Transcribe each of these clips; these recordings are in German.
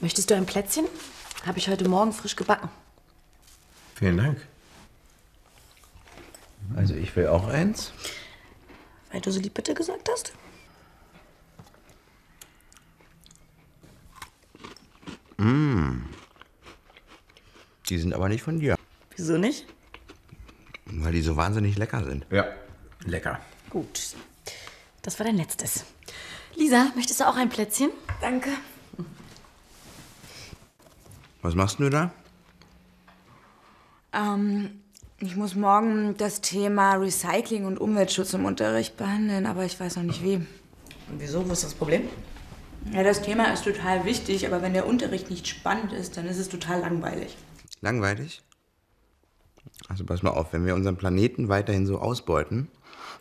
Möchtest du ein Plätzchen? Habe ich heute Morgen frisch gebacken. Vielen Dank. Also ich will auch eins. Weil du so lieb bitte gesagt hast? Die sind aber nicht von dir, Wieso nicht? weil die so wahnsinnig lecker sind. Ja, lecker. Gut. Das war dein letztes. Lisa, möchtest du auch ein Plätzchen? Danke. Was machst du da? Ähm, ich muss morgen das Thema Recycling und Umweltschutz im Unterricht behandeln, aber ich weiß noch nicht wie. Und wieso? Wo ist das Problem? Ja, das Thema ist total wichtig, aber wenn der Unterricht nicht spannend ist, dann ist es total langweilig. Langweilig? Also pass mal auf, wenn wir unseren Planeten weiterhin so ausbeuten,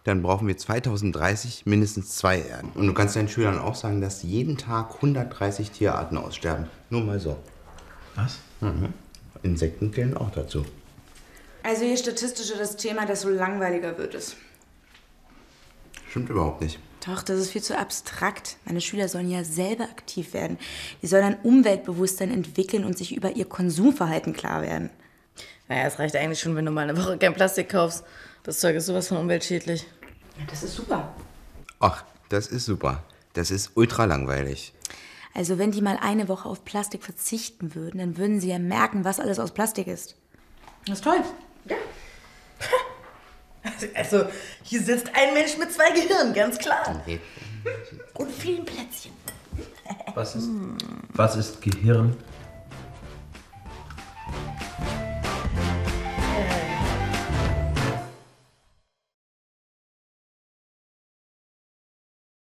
dann brauchen wir 2030 mindestens zwei Erden. Und du kannst deinen Schülern auch sagen, dass jeden Tag 130 Tierarten aussterben. Nur mal so. Mhm. Was? Insekten zählen auch dazu. Also je statistischer das Thema, desto langweiliger wird es. Stimmt überhaupt nicht. Doch, das ist viel zu abstrakt. Meine Schüler sollen ja selber aktiv werden. Die sollen ein Umweltbewusstsein entwickeln und sich über ihr Konsumverhalten klar werden. Naja, es reicht eigentlich schon, wenn du mal eine Woche kein Plastik kaufst. Das Zeug ist sowas von umweltschädlich. Das ist super. Ach, das ist super. Das ist ultra langweilig. Also wenn die mal eine Woche auf Plastik verzichten würden, dann würden sie ja merken, was alles aus Plastik ist. Das ist toll. Also, hier sitzt ein Mensch mit zwei Gehirnen, ganz klar. Okay. Und vielen Plätzchen. Was ist, was ist Gehirn?